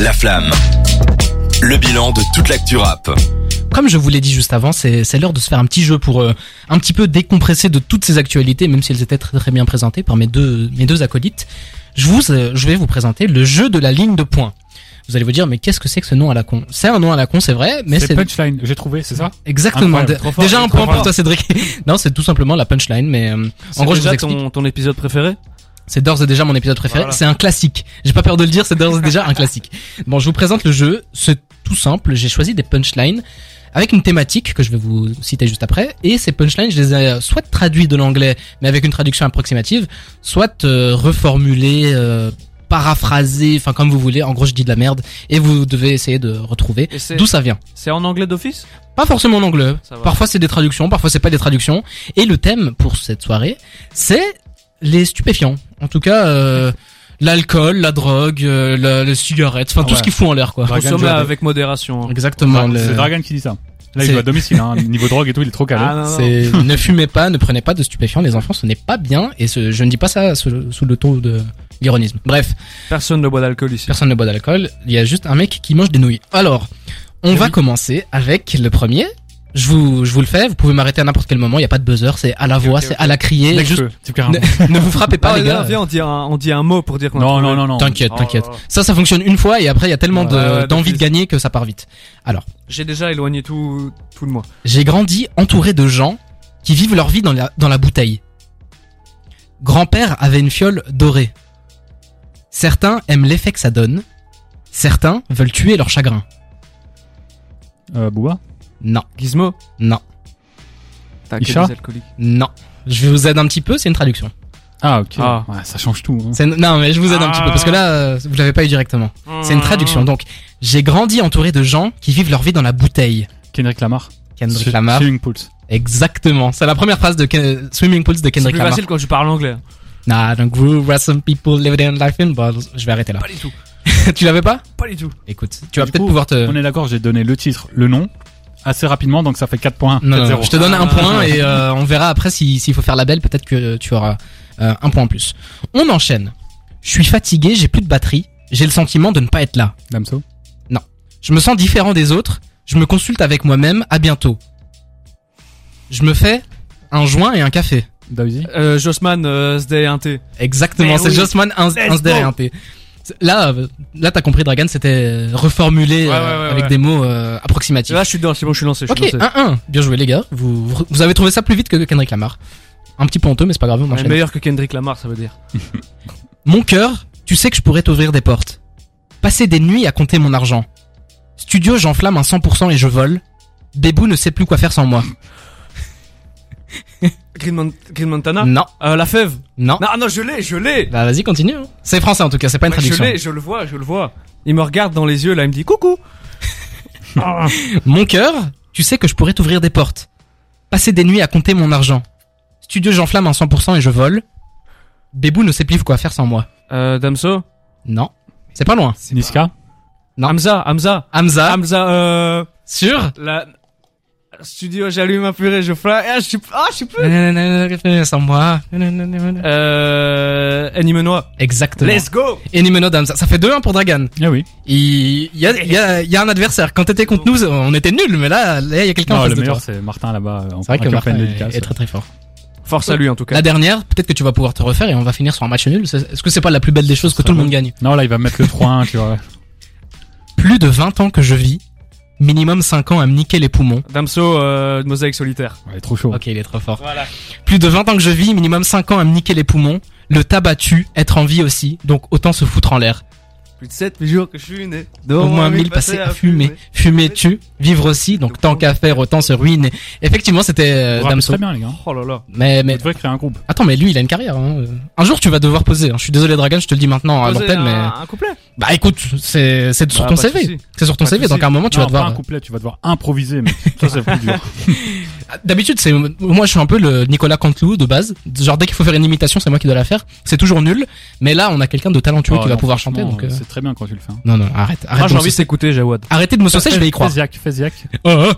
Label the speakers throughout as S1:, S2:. S1: La flamme. Le bilan de toute l'actu rap.
S2: Comme je vous l'ai dit juste avant, c'est c'est l'heure de se faire un petit jeu pour euh, un petit peu décompresser de toutes ces actualités, même si elles étaient très, très bien présentées par mes deux, mes deux acolytes. Je, vous, euh, je vais vous présenter le jeu de la ligne de points. Vous allez vous dire, mais qu'est-ce que c'est que ce nom à la con C'est un nom à la con, c'est vrai, mais
S3: C'est
S2: c'est...
S3: punchline, j'ai trouvé, c'est ça
S2: Exactement.
S3: Incroyable,
S2: Dé-
S3: trop fort,
S2: déjà un
S3: trop
S2: point pour
S3: fort.
S2: toi, Cédric. non, c'est tout simplement la punchline, mais euh, en gros, je vous
S4: déjà
S2: explique.
S4: ton, ton épisode préféré
S2: C'est d'ores et déjà mon épisode préféré.
S4: Voilà.
S2: C'est un classique. J'ai pas peur de le dire, c'est d'ores et déjà un classique. Bon, je vous présente le jeu. C'est tout simple. J'ai choisi des punchlines avec une thématique que je vais vous citer juste après. Et ces punchlines, je les ai euh, soit traduits de l'anglais, mais avec une traduction approximative, soit euh, reformulées, euh, paraphrasées, enfin comme vous voulez. En gros, je dis de la merde. Et vous devez essayer de retrouver
S4: Et c'est-
S2: d'où ça vient.
S4: C'est en anglais d'office
S2: Pas forcément en anglais.
S4: Ça va.
S2: Parfois c'est des traductions, parfois c'est pas des traductions. Et le thème pour cette soirée, c'est les stupéfiants. En tout cas, euh, l'alcool, la drogue, euh, la, les cigarettes, enfin
S3: Ah
S2: tout
S3: ouais.
S2: ce qu'il fout en l'air quoi.
S3: Dragon
S4: Consommé
S3: Joe.
S4: avec modération.
S2: Exactement. le-
S3: C'est Dragan qui dit ça. Là, il
S2: C'est-
S3: joue à domicile, hein. niveau drogue et tout, il est trop calé.
S4: Ah, non, non.
S2: C'est ne fumez pas, ne prenez pas de stupéfiants, les enfants, ce n'est pas bien. Et ce, je ne dis pas ça sous, sous le ton de l'ironisme. Bref,
S4: Personne ne boit d'alcool ici.
S2: personne ne boit d'alcool. Il y a juste un mec qui mange des nouilles. Alors, on va commencer avec le premier. Je vous, je vous le fais. Vous pouvez m'arrêter à n'importe quel moment. Il y a pas de buzzer. C'est à la voix,
S4: ok,
S2: c'est à la crier.
S3: Dès que
S2: Juste-
S3: je peux, tu peux carrément.
S2: ne vous frappez pas,
S4: Ah,
S2: les
S4: viens,
S2: gars.
S4: viens, on dit un, on dit un mot pour dire qu'on a
S3: Non,
S4: trouvé.
S3: non, non, non.
S2: T'inquiète,
S4: Oh
S2: t'inquiète.
S4: là là.
S2: Ça, ça fonctionne une fois et après, il y a tellement de-
S4: Ouais, ouais,
S2: d'envie de,
S4: d'office.
S2: gagner que ça part vite. Alors,
S4: J'ai déjà éloigné tout, tout de moi.
S2: j'ai grandi entouré de gens qui vivent leur vie dans la, dans la bouteille. Grand-père avait une fiole dorée. Certains aiment l'effet que ça donne. Certains veulent tuer leur chagrin.
S3: Euh, Bouba
S2: Non,
S4: Gizmo
S2: non,
S4: T'as que des
S3: Isha
S4: alcooliques.
S2: non. Je vous aide un petit peu, c'est une traduction.
S3: Ah, ok.
S4: Ah.
S3: Ouais, ça change tout. hein.
S2: C'est- Non, mais je vous aide un petit peu parce que là, euh, vous l'avez pas eu directement.
S4: Hmm.
S2: C'est une traduction. Donc, j'ai grandi entouré de gens qui vivent leur vie dans la bouteille.
S3: Kendrick Lamar.
S2: Kendrick
S3: Su-
S2: Lamar.
S3: Suing Pulse.
S2: Exactement. C'est la première phrase de Ken- Swimming Pools de
S4: C'est
S2: Kendrick
S4: plus
S2: Lamar.
S4: facile quand je parle anglais.
S2: Nah, don't grow, where some people live their life in bottles. Je vais arrêter là.
S4: Pas du tout.
S2: tu l'avais pas
S4: Pas du tout.
S2: Écoute, tu vas
S3: Du
S2: peut-être
S3: coup,
S2: pouvoir te...
S3: On est d'accord, j'ai donné le titre, le nom, assez rapidement, donc ça fait 4 points.
S2: Non, non,
S3: 4-0.
S2: non, je te donne un
S4: Ah.
S2: point et euh, on verra après si- s'il faut faire la belle, peut-être que tu auras euh, un point en plus. On enchaîne. Je suis fatigué, j'ai plus de batterie, j'ai le sentiment de ne pas être là.
S3: Damso.
S2: Je me sens différent des autres, je me consulte avec moi-même, à bientôt. Je me fais un joint et un café.
S3: Daisy.
S4: Euh, Jossman, euh, SD et un thé.
S2: Exactement,
S4: Mais
S2: c'est
S4: oui.
S2: Jossman un
S4: Let's go.
S2: RT. hein, Là, euh, là, t'as compris, Dragan, c'était reformulé
S4: Ouais,
S2: euh,
S4: ouais, ouais,
S2: avec
S4: ouais.
S2: des mots euh, approximatifs.
S4: Là, je suis dedans, c'est bon, je suis lancé. Je
S2: ok, hein.
S4: suis lancé.
S2: 1-1. Bien joué, les gars. Vous, vous- vous avez trouvé ça plus vite que Kendrick Lamar. Un petit peu honteux, mais c'est pas grave, on
S4: Ouais,
S2: enchaîne.
S4: meilleur que Kendrick Lamar, ça veut dire.
S2: Mon cœur, tu sais que je pourrais t'ouvrir des portes. Passer des nuits à compter mon argent. Studio, j'enflamme un 100% et je vole. Bébou ne sait plus quoi faire sans moi.
S4: Green, Mon- Green Montana
S2: Non,
S4: Euh, La Fève
S2: non.
S4: Non, non, je l'ai, je l'ai
S2: Bah, vas-y, continue. hein. C'est français, en tout cas, c'est pas une
S3: Bah,
S4: Mec, Je
S2: traduction.
S4: l'ai, je le vois, je le vois. Il me regarde dans les yeux, là, il me dit coucou Ah,
S2: Mon cœur, tu sais que je pourrais t'ouvrir des portes. Passer des nuits à compter mon argent. Studio, j'enflamme un 100% et je vole. Bébou ne sait plus quoi faire sans moi.
S4: euh, Damso
S2: Non. C'est pas loin.
S3: Niska.
S2: Non.
S4: Hamza, Hamza
S2: Hamza,
S4: Hamza, euh...
S2: sûr
S4: La... Studio, j'allume un purée, je flamme... Ah, je suis... Ah, je suis plus
S2: Sans moi.
S4: Euh... Annie Menois.
S2: Exactement.
S4: Let's go
S2: Et Nimeno d'Hamza. Ça fait 2-1 pour Dragan.
S3: Ah oui.
S2: Il il y a, il y, a, il y a un adversaire. Quand t'étais contre nous, on était nuls, mais là, là, il y a quelqu'un en
S3: Non,
S2: face de
S3: le
S2: toi.
S3: meilleur, c'est Martin là-bas. euh,
S2: C'est vrai que Martin est, est très très fort.
S4: Force à lui, en tout cas.
S2: La dernière, peut-être que tu vas pouvoir te refaire et on va finir sur un match nul. C'est- Est-ce que c'est pas la plus belle des choses que
S3: serait
S2: tout le
S3: bon.
S2: monde gagne
S3: Non, là, il va mettre le 3-1, tu vois.
S2: Plus de 20 ans que je vis, minimum 5 ans à me niquer les poumons.
S4: Damso, euh, Mosaïque solitaire.
S3: Ouais, trop chaud.
S2: Ok, il est trop fort.
S4: Voilà.
S2: Plus de 20 ans que je vis, minimum 5 ans à me niquer les poumons. Le tabac tue, être en vie aussi, donc autant se foutre en l'air.
S4: Plus de 7 jours que je suis né.
S2: Au moins 1000 passés à fumer. Fumer tue, vivre aussi, donc tant qu'à faire, autant se ruiner. Effectivement, c'était euh,
S3: Vous rappelez
S2: Damso.
S3: très bien, les gars.
S4: Oh là là.
S2: Mais,
S3: Vous
S2: mais
S3: devrez créer un groupe.
S2: attends, mais lui, il a une carrière. hein. Un jour, tu vas devoir poser. hein. Je suis désolé, Dragon, je te le dis maintenant à
S4: Posez
S2: l'antenne, mais
S4: un, un couplet
S2: bah écoute, c'est c'est sur
S4: Bah,
S2: ton
S4: pas de
S2: CV.
S4: souci.
S2: C'est sur ton
S4: Pas de
S2: CV. Donc
S4: souci.
S2: à un moment, tu
S3: non,
S2: vas
S3: pas
S2: devoir. euh,
S3: un couplet, tu vas devoir improviser, mais ça, c'est plus dur.
S2: D'habitude, c'est moi je suis un peu le Nicolas Canteloup de base. Genre dès qu'il faut faire une imitation, c'est moi qui dois la faire. C'est toujours nul, mais là on a quelqu'un de talentueux
S3: Ah,
S2: qui va
S3: non,
S2: pouvoir chanter.
S3: franchement,
S2: Donc euh,
S3: C'est très bien quand tu le fais. hein.
S2: non non, arrête, arrête.
S4: Ah,
S2: de
S4: j'ai
S2: me
S4: envie de
S2: saucer.
S4: t'écouter, Jawad.
S2: Arrête de me saucer, je vais y croire.
S3: Fais-Ziac, Fais-Ziac.
S2: Oh, oh.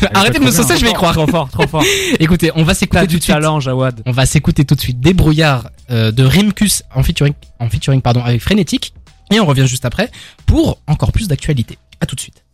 S3: Elle
S2: Arrêtez
S3: fait
S2: de me
S3: trop
S2: saucer, je vais y croire.
S4: Trop fort, trop fort.
S2: Écoutez, on va
S4: T'as
S2: s'écouter tout
S4: du
S2: de suite.
S4: talent, Jawad.
S2: On va s'écouter tout de suite Débrouillard euh, de Rimkus en featuring en featuring pardon avec Frénétique Et on revient juste après pour encore plus d'actualités. À tout de suite.